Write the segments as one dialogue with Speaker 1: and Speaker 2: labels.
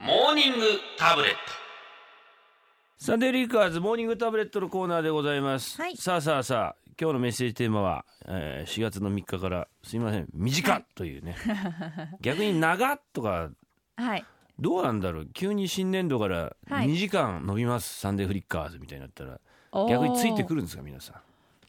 Speaker 1: ニングタブレット
Speaker 2: サンデーリーカーズモーニングタブレットのコーナーでございます、
Speaker 3: はい
Speaker 2: さあさあさあ今日のメッセージテーマは、えー4月の3日からすいません短っと いうね逆に長っとか
Speaker 3: はい。
Speaker 2: どうなんだろう急に新年度から
Speaker 3: はい
Speaker 2: 2時間伸びます、サンデーフリッカーズみたいになったら
Speaker 3: おー
Speaker 2: 逆についてくるんですか皆さん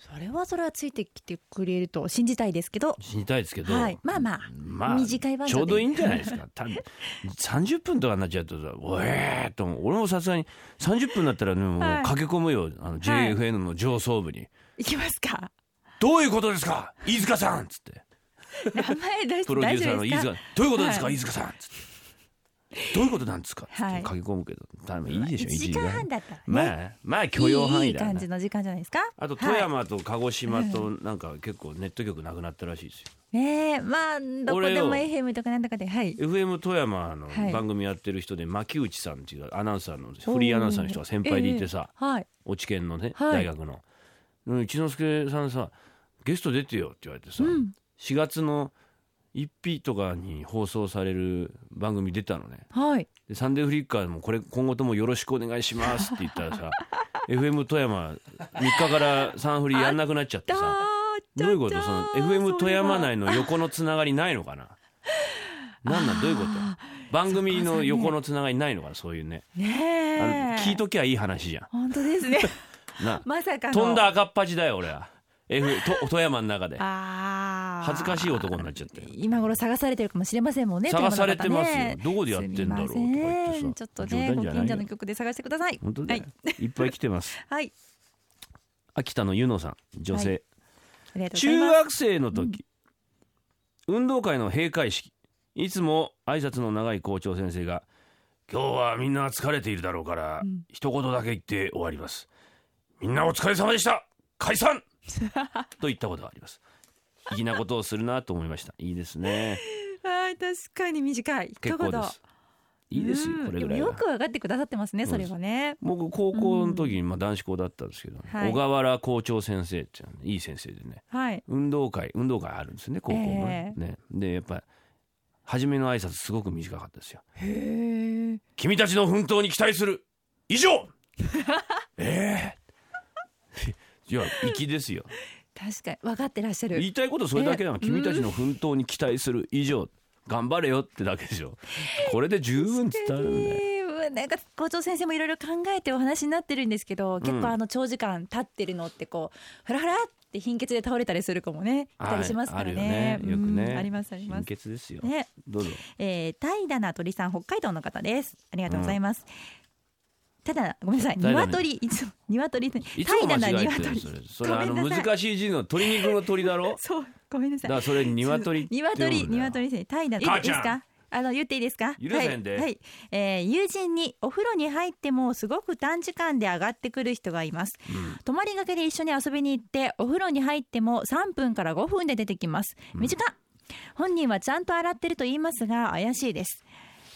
Speaker 3: それはそれはついてきてくれると信じたいですけど。
Speaker 2: 死にたいですけど、
Speaker 3: はい。まあまあ。
Speaker 2: まあ
Speaker 3: 短い版
Speaker 2: ちょうどいいんじゃないです かた30分とかになっちゃうとさ「おえー!」と俺もさすがに30分だったらねもう
Speaker 3: はい
Speaker 2: 駆け込むよあの JFN の上層部に。
Speaker 3: いきますか。
Speaker 2: どういうことですか飯塚さんっつって
Speaker 3: 名前出して
Speaker 2: プロデュー
Speaker 3: 大
Speaker 2: サ
Speaker 3: 丈
Speaker 2: ー
Speaker 3: 夫
Speaker 2: の
Speaker 3: で
Speaker 2: 飯
Speaker 3: す
Speaker 2: 塚
Speaker 3: か。
Speaker 2: どういうことですか、
Speaker 3: はい
Speaker 2: 飯塚さんっつってどういうことなんですかっつって
Speaker 3: はい
Speaker 2: 書き込むけど、多分いいでしょ
Speaker 3: 一時間半だったらね
Speaker 2: まあまあ許容範囲だ
Speaker 3: いい
Speaker 2: な
Speaker 3: 感じの時間じゃないですか。
Speaker 2: あと富
Speaker 3: は
Speaker 2: 山と鹿児島となんか結構ネット局なくなったらしいですよ、
Speaker 3: い。ねえ、まあどこでも FM とかなんとかで、はい。
Speaker 2: FM 富山の
Speaker 3: はい
Speaker 2: 番組やってる人で牧内さんっていうアナウンサーのフリーアナウンサーの人が先輩でいてさ、
Speaker 3: ええはい。
Speaker 2: 落研のね、
Speaker 3: はい
Speaker 2: 大学のうん一之輔さんさゲスト出てよって言われてさ、
Speaker 3: うん
Speaker 2: 4月の1日とかに放送される番組出たのね
Speaker 3: はい。
Speaker 2: でサンデーフリッカーもこれ今後ともよろしくお願いしますって言ったら さ FM 富山3日からサンフリやんなくなっちゃって
Speaker 3: だー
Speaker 2: さ
Speaker 3: ちゃ
Speaker 2: どういうことその FM 富山内の横のつながりないのか ななんなんどういうこと番組の横のつながりないのかなそういうねあ
Speaker 3: ね
Speaker 2: の聞い
Speaker 3: え。
Speaker 2: ときゃいい話じゃ
Speaker 3: 本当ですね。
Speaker 2: んな
Speaker 3: まさかの。
Speaker 2: 飛んだ。赤っ恥だよ俺は F と富山の中で
Speaker 3: ああ。
Speaker 2: 恥ずかしい男になっちゃって
Speaker 3: 今頃探されてるかもしれませんもんね
Speaker 2: 探されてますよ、
Speaker 3: ね
Speaker 2: どこでやってんだろうとか
Speaker 3: すみま
Speaker 2: 言っ
Speaker 3: せ
Speaker 2: て
Speaker 3: ん
Speaker 2: さ
Speaker 3: ちょっとね
Speaker 2: 冗談
Speaker 3: ご
Speaker 2: じゃ
Speaker 3: 近
Speaker 2: な
Speaker 3: 所
Speaker 2: い
Speaker 3: の
Speaker 2: よ
Speaker 3: 曲で探してください
Speaker 2: 本当だよ、、
Speaker 3: はい
Speaker 2: っぱい来てます
Speaker 3: はい
Speaker 2: 秋田のゆのさん女性、
Speaker 3: はありがとうござ
Speaker 2: 中
Speaker 3: います
Speaker 2: 学生の時、運動会の閉会式いつも挨拶の長い校長先生が「今日はみんな疲れているだろうから、
Speaker 3: うん
Speaker 2: 一言だけ言って終わります」「みんなお疲れ様でした解散! 」と言ったことがあります粋なことをするなと思いましたいいですね
Speaker 3: はい確かに短い
Speaker 2: 結構ですいいですよ
Speaker 3: うん
Speaker 2: これぐらい
Speaker 3: でも
Speaker 2: は
Speaker 3: よく分かってくださってますねそれはね
Speaker 2: 僕高校の時にまあ男子校だったんですけど、
Speaker 3: はい
Speaker 2: 小河原校長先生っていうのいい先生でね
Speaker 3: はい
Speaker 2: 運動会運動会あるんですね高校もね,、ねでやっぱり初めの挨拶すごく短かったですよ
Speaker 3: へえ
Speaker 2: 君たちの奮闘に期待する以 上ええいや粋です よ
Speaker 3: 確かに分かってらっしゃる
Speaker 2: 言いたいことそれだけだから
Speaker 3: え
Speaker 2: 君たちの奮闘に期待する以上頑張れよってだけでしょこれで十分伝わるんだ よ
Speaker 3: うんなんか校長先生もいろいろ考えてお話になってるんですけど、結構あの長時間立ってるのってこうふらふらって貧血で倒れたりする子もねいたりしますから
Speaker 2: あ。
Speaker 3: ね
Speaker 2: るよねよくね
Speaker 3: うんありますありま
Speaker 2: 貧
Speaker 3: す。
Speaker 2: 血ですよ、
Speaker 3: ね、
Speaker 2: どうぞ
Speaker 3: えー、平田な鳥さん北海道の方です。ありがとうございます。ただごめんなさい鶏いつも鶏ね
Speaker 2: いつも
Speaker 3: 平田な
Speaker 2: 間違えてる
Speaker 3: 鶏
Speaker 2: それそれあの
Speaker 3: ごめんなさい
Speaker 2: 難しい字の鶏肉の鳥だろ
Speaker 3: そうごめんな
Speaker 2: だ
Speaker 3: さ
Speaker 2: か
Speaker 3: い
Speaker 2: らそれ鶏って読むんだよ
Speaker 3: 鶏鶏先生平田
Speaker 2: 母
Speaker 3: いい
Speaker 2: ち
Speaker 3: で
Speaker 2: ゃん
Speaker 3: すかあの言っていいですか
Speaker 2: 許せんで
Speaker 3: はい、はいえー友人にお風呂に入ってもすごく短時間で上がってくる人がいます
Speaker 2: うん
Speaker 3: 泊まりがけで一緒に遊びに行ってお風呂に入っても3分から5分で出てきます短っ、本人はちゃんと洗ってると言いますが怪しいです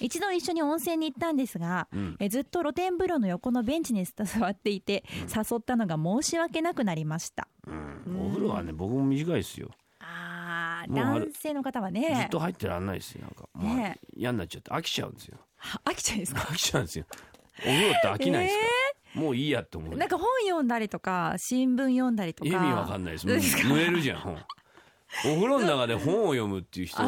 Speaker 3: 一度一緒に温泉に行ったんですが、
Speaker 2: うん
Speaker 3: えずっと露天風呂の横のベンチに座っていて誘ったのが申し訳なくなりました
Speaker 2: うんお風呂はね僕も短いですよ
Speaker 3: あー
Speaker 2: もうある
Speaker 3: 男性の方は
Speaker 2: ず
Speaker 3: ね
Speaker 2: っと入ってらんないですよなんかもう
Speaker 3: ね
Speaker 2: 嫌になっちゃって飽きちゃうんですよ
Speaker 3: は 飽きちゃうんですか
Speaker 2: 飽きちゃうんですよお風呂って飽きないですからもういいやって思う
Speaker 3: なんか本読んだりとか新聞読んだりとか
Speaker 2: 意味わかんないです
Speaker 3: どうですか
Speaker 2: 濡れるじゃん本お風呂の中で本を読むっていう人
Speaker 3: あ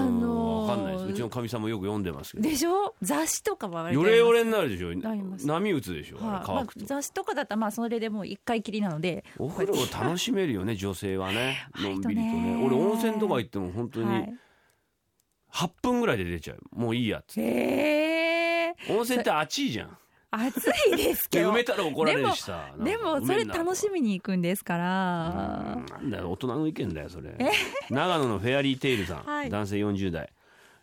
Speaker 2: は
Speaker 3: のー
Speaker 2: わかんないですうちのかみさんもよく読んでます けど
Speaker 3: でしょ雑誌とかは割と
Speaker 2: よれよれになるでしょ
Speaker 3: なります
Speaker 2: 波打つでしょあ
Speaker 3: は
Speaker 2: れ
Speaker 3: いま
Speaker 2: 乾
Speaker 3: あ
Speaker 2: くと
Speaker 3: 雑誌とかだったらまあそれでもう一回きりなので
Speaker 2: お風呂を楽しめるよね女性はねのんびりとね
Speaker 3: 割とね
Speaker 2: 俺温泉とか行っても本当
Speaker 3: は
Speaker 2: に
Speaker 3: い
Speaker 2: 8分ぐらいで出ちゃうもういいやっつって
Speaker 3: へえ
Speaker 2: 温泉って暑いじゃん
Speaker 3: 暑いですけ
Speaker 2: で
Speaker 3: ど
Speaker 2: 埋めたら怒られるしさ
Speaker 3: でもそれ楽し
Speaker 2: み
Speaker 3: みに行くんですから
Speaker 2: なんだよ大人の意見だよそれ 長野のフェアリーテイルさん、
Speaker 3: はい
Speaker 2: 男性40代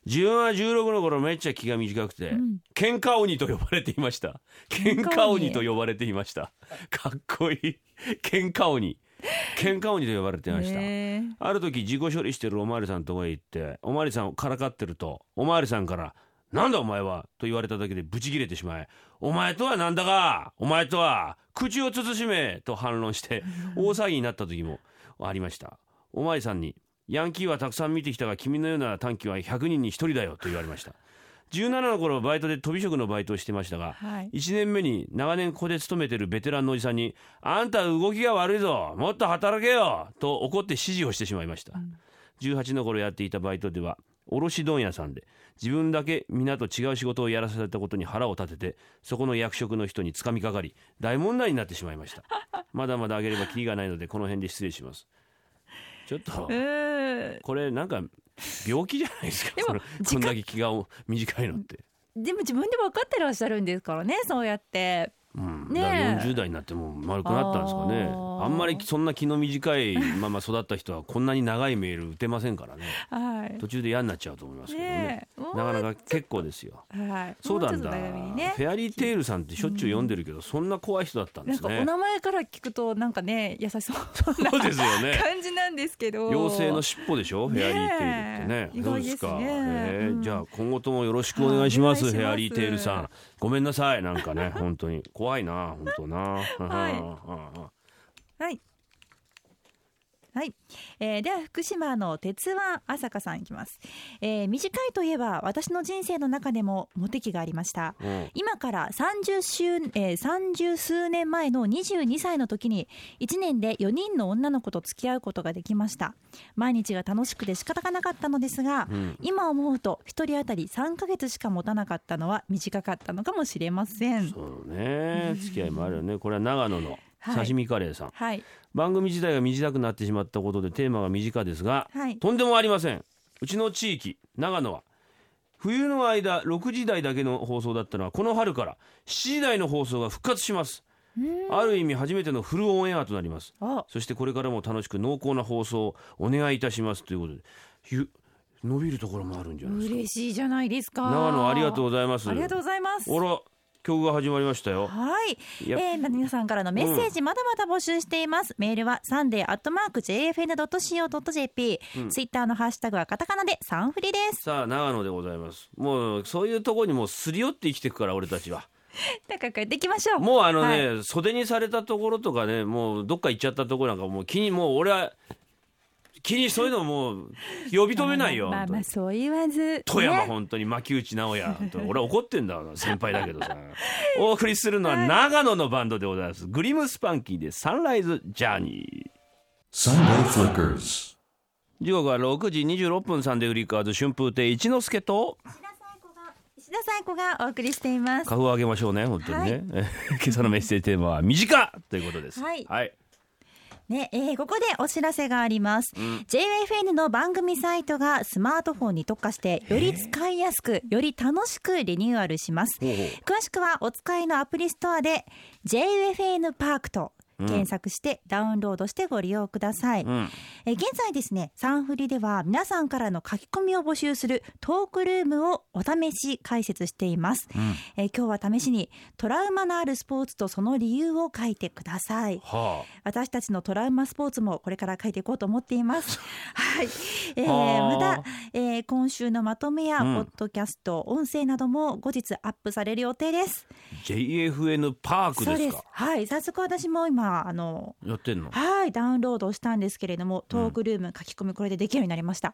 Speaker 2: 自分は16の頃めっちゃ気が短くて、
Speaker 3: ん
Speaker 2: 喧嘩鬼と呼ばれていました喧
Speaker 3: 喧
Speaker 2: 嘩
Speaker 3: 嘩
Speaker 2: 鬼
Speaker 3: 鬼
Speaker 2: と呼ばれていましたかっこいい喧嘩鬼喧嘩鬼と呼ばれていました、
Speaker 3: へー
Speaker 2: ある時自己処理してるおまわりさんのとこへ行っておまわりさんをからかってるとおまわりさんから「なんだお前は」と言われただけでブチ切れてしまい「お前とはなんだかお前とは口を慎め」と反論して大騒ぎになった時もありましたおまわりさんに「ヤンキーはたくさん見てきたが君のような短期は100人に1人だよ」と言われました17の頃バイトで飛び職のバイトをしてましたが
Speaker 3: はい。
Speaker 2: 1年目に長年ここで勤めてるベテランのおじさんに「あんた動きが悪いぞもっと働けよ!」と怒って指示をしてしまいました、18の頃やっていたバイトでは卸問屋さんで自分だけ皆と違う仕事をやらされたことに腹を立ててそこの役職の人につかみかかり大問題になってしまいましたまだまだあげればキリがないのでこの辺で失礼しますちょっと
Speaker 3: うー
Speaker 2: これなんか病気じゃないですか
Speaker 3: でも
Speaker 2: この
Speaker 3: 時
Speaker 2: こん
Speaker 3: 間
Speaker 2: だけ気が短いのって、
Speaker 3: でも自分で分かってらっしゃるんですからねそうやって
Speaker 2: うん
Speaker 3: ねえ
Speaker 2: だから40代になってもう丸くなったんですかね
Speaker 3: あー
Speaker 2: あんまりそんな気の短いまま育った人はこんなに長いメール打てませんからね
Speaker 3: はい
Speaker 2: 途中で嫌になっちゃうと思いますけどね
Speaker 3: ねえもう
Speaker 2: なかなか結構ですよ
Speaker 3: はい
Speaker 2: そうなん
Speaker 3: も
Speaker 2: だ、
Speaker 3: ちょっと長めにね
Speaker 2: フェアリーテイルさんってしょっちゅう読んでるけど、そんな怖い人だったんで
Speaker 3: なん
Speaker 2: す
Speaker 3: か
Speaker 2: ね
Speaker 3: お名前から聞くとなんかね優しそうな
Speaker 2: そうですよね
Speaker 3: 感じなんですけど
Speaker 2: 妖精の尻尾でしょフェアリーテイルってね
Speaker 3: ねえ
Speaker 2: そうですか
Speaker 3: 意外ですね
Speaker 2: えー
Speaker 3: うん
Speaker 2: じゃあ今後ともよろしくお願いします,、
Speaker 3: はいお願いします
Speaker 2: フェアリーテイルさんごめんなさいなんかね本当に怖いな本当な、
Speaker 3: いはい。はい、えーでは福島の鉄腕朝香さんいきます、えー短いといえば私の人生の中でもモテ期がありました
Speaker 2: うん
Speaker 3: 今から30周、えー30数年前の22歳の時に1年で4人の女の子と付き合うことができました毎日が楽しくて仕方がなかったのですが、
Speaker 2: うん
Speaker 3: 今思うと1人当たり3ヶ月しか持たなかったのは短かったのかもしれません
Speaker 2: そう ね付き合いもあるよねこれは長野の
Speaker 3: はい
Speaker 2: 刺身カレーさん、
Speaker 3: はい
Speaker 2: 番組自体が短くなってしまったことでテーマが短いですが、
Speaker 3: はい
Speaker 2: とんでもありませんうちの地域長野は冬の間6時台だけの放送だったのはこの春から7時台の放送が復活しますある意味初めてのフルオンエアとなります
Speaker 3: あ
Speaker 2: そしてこれからも楽しく濃厚な放送をお願いいたしますということでゆ伸びるところもあるんじゃないですか
Speaker 3: 嬉しいじゃないですか
Speaker 2: 長野ありがとうご
Speaker 3: う
Speaker 2: ざいます
Speaker 3: ありがとうございます
Speaker 2: おら曲が始まりましたよ
Speaker 3: はい、
Speaker 2: いや
Speaker 3: えー、皆さんからのメッセージまだまだ募集しています、メールはサンデーアットマーク JFN.CO.JP、ツイッターのハッシュタグはカタカナでサンフリ です
Speaker 2: さあ長野でございますもうそういうところにもうすり寄って生きていくから俺たちは
Speaker 3: 高くやっていきましょう
Speaker 2: もうあのね、
Speaker 3: は
Speaker 2: 袖にされたところとかねもうどっか行っちゃったところなんかもう気にもう俺は気にそういうのもう呼び止めないよ、
Speaker 3: まあまあまあ
Speaker 2: 本
Speaker 3: そう言わず
Speaker 2: 当に富山
Speaker 3: ね
Speaker 2: 本当に牧内直哉本当に俺は怒ってんだ よ先輩だけどさお送りするのは長野のバンドでございますグリムスパンキーでサンライズジャーニー
Speaker 1: Sunday Flickers.
Speaker 2: 時刻は6時26分サンデーフリーカーズ春風亭一之輔と
Speaker 3: 石田彩子がお送りしています
Speaker 2: 花粉をあげましょうね本当にね、 今朝のメッセージテーマは短ということです
Speaker 3: はい
Speaker 2: はい、
Speaker 3: ね、えーここでお知らせがあります、JFN の番組サイトがスマートフォンに特化してより使いやすくより楽しくリニューアルします
Speaker 2: ほうほう
Speaker 3: 詳しくはお使いのアプリストアで JFN パークと検索してダウンロードしてご利用ください、
Speaker 2: うん、
Speaker 3: えー現在ですねサンフリでは皆さんからの書き込みを募集するトークルームをお試し解説しています、えー今日は試しにトラウマのあるスポーツとその理由を書いてください
Speaker 2: はあ
Speaker 3: 私たちのトラウマスポーツもこれから書いていこうと思って います。はい、えー
Speaker 2: はあ
Speaker 3: また、えー今週のまとめやポ
Speaker 2: うん
Speaker 3: ッドキャスト、音声なども後日アップされる予定です。
Speaker 2: JFN パーク
Speaker 3: そう
Speaker 2: で
Speaker 3: ですす
Speaker 2: か。
Speaker 3: はい、早速私も今あの
Speaker 2: やってんの
Speaker 3: はいダウンロードしたんですけれども、トークルーム書き込みこれでできるようになりました。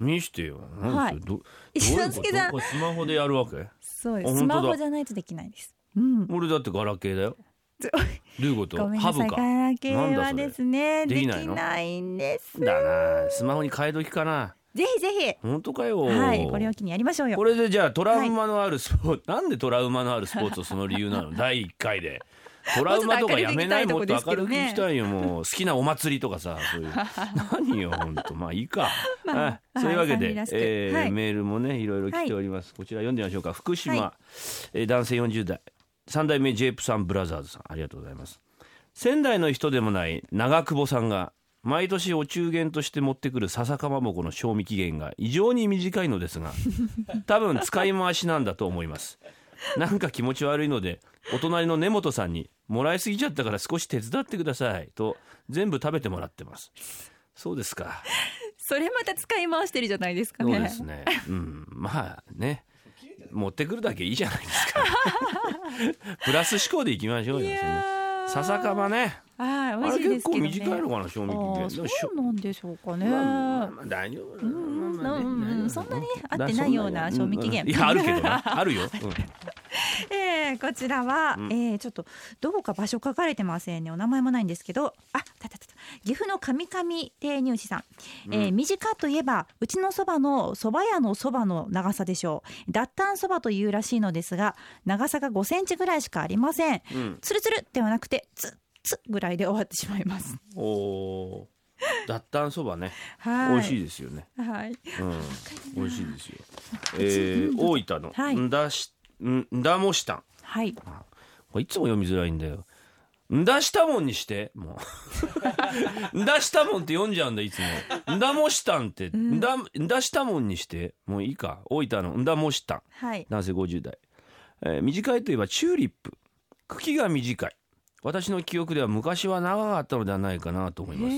Speaker 2: 見してよ
Speaker 3: はい
Speaker 2: 何それど
Speaker 3: 一
Speaker 2: どういう
Speaker 3: 之
Speaker 2: こ
Speaker 3: 輔さん
Speaker 2: とこれスマホでやるわけ
Speaker 3: そう
Speaker 2: あ
Speaker 3: です。ス
Speaker 2: 本当だ
Speaker 3: マホじゃないとできないです。うん。
Speaker 2: 俺だってガラケーだよ
Speaker 3: ず
Speaker 2: どういうこと
Speaker 3: ごめん
Speaker 2: ハ
Speaker 3: な
Speaker 2: ブ
Speaker 3: さい。
Speaker 2: か
Speaker 3: ガラケー
Speaker 2: な
Speaker 3: は
Speaker 2: んだそれ
Speaker 3: ですね
Speaker 2: でき
Speaker 3: でき
Speaker 2: ないの
Speaker 3: ないんです。ぜ
Speaker 2: だなスマホに変え時かな
Speaker 3: ひぜひ。
Speaker 2: 本当かよ
Speaker 3: はい、これを機にやりましょうよ。
Speaker 2: これでじゃあトラウマのあるスポーツ、なんでトラウマのあるスポーツをその理由 なの第1回でトラウマとかやめないも
Speaker 3: も
Speaker 2: っ
Speaker 3: う
Speaker 2: と
Speaker 3: ちょっ
Speaker 2: 明
Speaker 3: と明
Speaker 2: る
Speaker 3: る
Speaker 2: く
Speaker 3: くい
Speaker 2: し
Speaker 3: き
Speaker 2: たいよもう好きなお祭りとかさ そういう何よ本当まあいいか、
Speaker 3: まあ
Speaker 2: はいそういうわけ
Speaker 3: は
Speaker 2: で
Speaker 3: い、三人らしく
Speaker 2: えー
Speaker 3: はい
Speaker 2: メールもねいろいろ来ております、こちら読んでみましょうか福島、
Speaker 3: は
Speaker 2: えー男性40代3代目 j ェープさんブラザーズさんありがとうございます仙台の人でもない長久保さんが毎年お中元として持ってくる笹かまぼこの賞味期限が異常に短いのですが多分使い回しなんだと思いますなんか気持ち悪いのでお隣の根本さんに「もらいすぎちゃったから少し手伝ってください」と全部食べてもらってますそうですか
Speaker 3: それまた使い回してるじゃないですか
Speaker 2: そう
Speaker 3: ね。
Speaker 2: ですね。うん、まあね。 持ってくるだけいいじゃないですか。プラス思考でいきましょうよ。
Speaker 3: いやー
Speaker 2: 笹かまね
Speaker 3: はい、美
Speaker 2: あ
Speaker 3: 味
Speaker 2: れ
Speaker 3: しいで
Speaker 2: 結
Speaker 3: すけ
Speaker 2: 構
Speaker 3: どね。
Speaker 2: 短いのかな賞味
Speaker 3: ああ、
Speaker 2: 期限
Speaker 3: そ
Speaker 2: でもしょ
Speaker 3: うなんでしょうかね。
Speaker 2: まあまあまあ大丈夫
Speaker 3: うんうん
Speaker 2: まあまあね
Speaker 3: うんうん
Speaker 2: 大丈夫
Speaker 3: そんなに合ってないような賞味期限
Speaker 2: うんいやあるけどなあるよ、うん
Speaker 3: えーこちらは、
Speaker 2: うん
Speaker 3: えーちょっとどこか場所書かれてませんねお名前もないんですけどあたたたた岐阜の神々定乳師さん、えー身近といえばうちのそばのそば屋のそばの長さでしょう脱炭そばというらしいのですが長さが5センチぐらいしかありません
Speaker 2: うん、
Speaker 3: つるつるではなくてつっつぐらいで終わってしまいます
Speaker 2: おおー脱炭そばね、
Speaker 3: はい
Speaker 2: 美味しいですよね、
Speaker 3: はい
Speaker 2: うん、美味しいですよ、えー、
Speaker 3: うん
Speaker 2: 大分の、
Speaker 3: はい
Speaker 2: んだしんんだもしたん
Speaker 3: はい
Speaker 2: これいつも読みづらいんだよんだしたもんにしてもう んだしたもんって読んじゃうんだいつもんだもしたんってんだんだしたもんにしてもういいか大分のんだもしたん
Speaker 3: はい
Speaker 2: 男性50代、えー短いといえばチューリップ茎が短い私の記憶では昔は長かったのではないかなと思います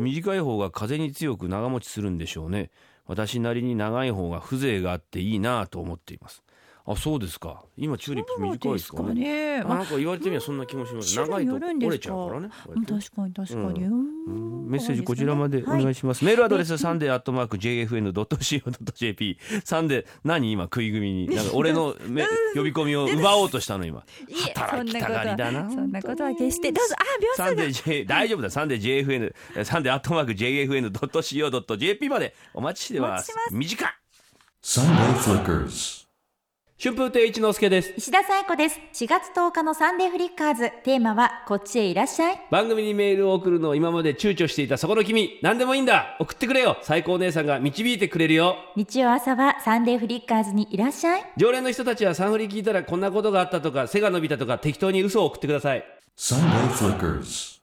Speaker 2: 短い方が風に強く長持ちするんでしょうね私なりに長い方が風情があっていいなと思っていますあそうですか今チューリップ短いですかね
Speaker 3: ね
Speaker 2: あなんか言われてみればそんな気もします
Speaker 3: 種
Speaker 2: 長
Speaker 3: 類
Speaker 2: い
Speaker 3: に
Speaker 2: と
Speaker 3: よるんで
Speaker 2: 折
Speaker 3: す
Speaker 2: れ
Speaker 3: か
Speaker 2: ちゃうからねこう
Speaker 3: う
Speaker 2: やっ
Speaker 3: ん
Speaker 2: て
Speaker 3: 確かに確かに、
Speaker 2: う
Speaker 3: うん
Speaker 2: メッセージこちらまでお
Speaker 3: はい
Speaker 2: 願いします。メールアドレスはサンデーアットマーク JFN.CO.JP。サンデー、何今食い組 に。なんか俺のめ呼び込みを奪おうとしたの今。
Speaker 3: いえ
Speaker 2: 働きたがりだな。
Speaker 3: そんなことは決してどうぞあ
Speaker 2: サンデー J、大丈夫だ。サンデー JFN、えサンデーアットマーク JFN.CO.JP までお待ちしてま
Speaker 3: お
Speaker 2: す。
Speaker 3: 待ちして
Speaker 2: 短い
Speaker 1: Sunday Flickers.
Speaker 2: 春風亭一之輔です。
Speaker 4: 石田紗友子です。4月10日のサンデーフリッカーズ、テーマはこっちへいらっしゃい。
Speaker 2: 番組にメールを送るのを今まで躊躇していたそこの君、何でもいいんだ送ってくれよ最高姉さんが導いてくれるよ
Speaker 4: 日曜朝はサンデーフリッカーズにいらっしゃい。
Speaker 2: 常連の人たちはサンフリ聞いたらこんなことがあったとか背が伸びたとか適当に嘘を送ってください
Speaker 1: Sunday Flickers.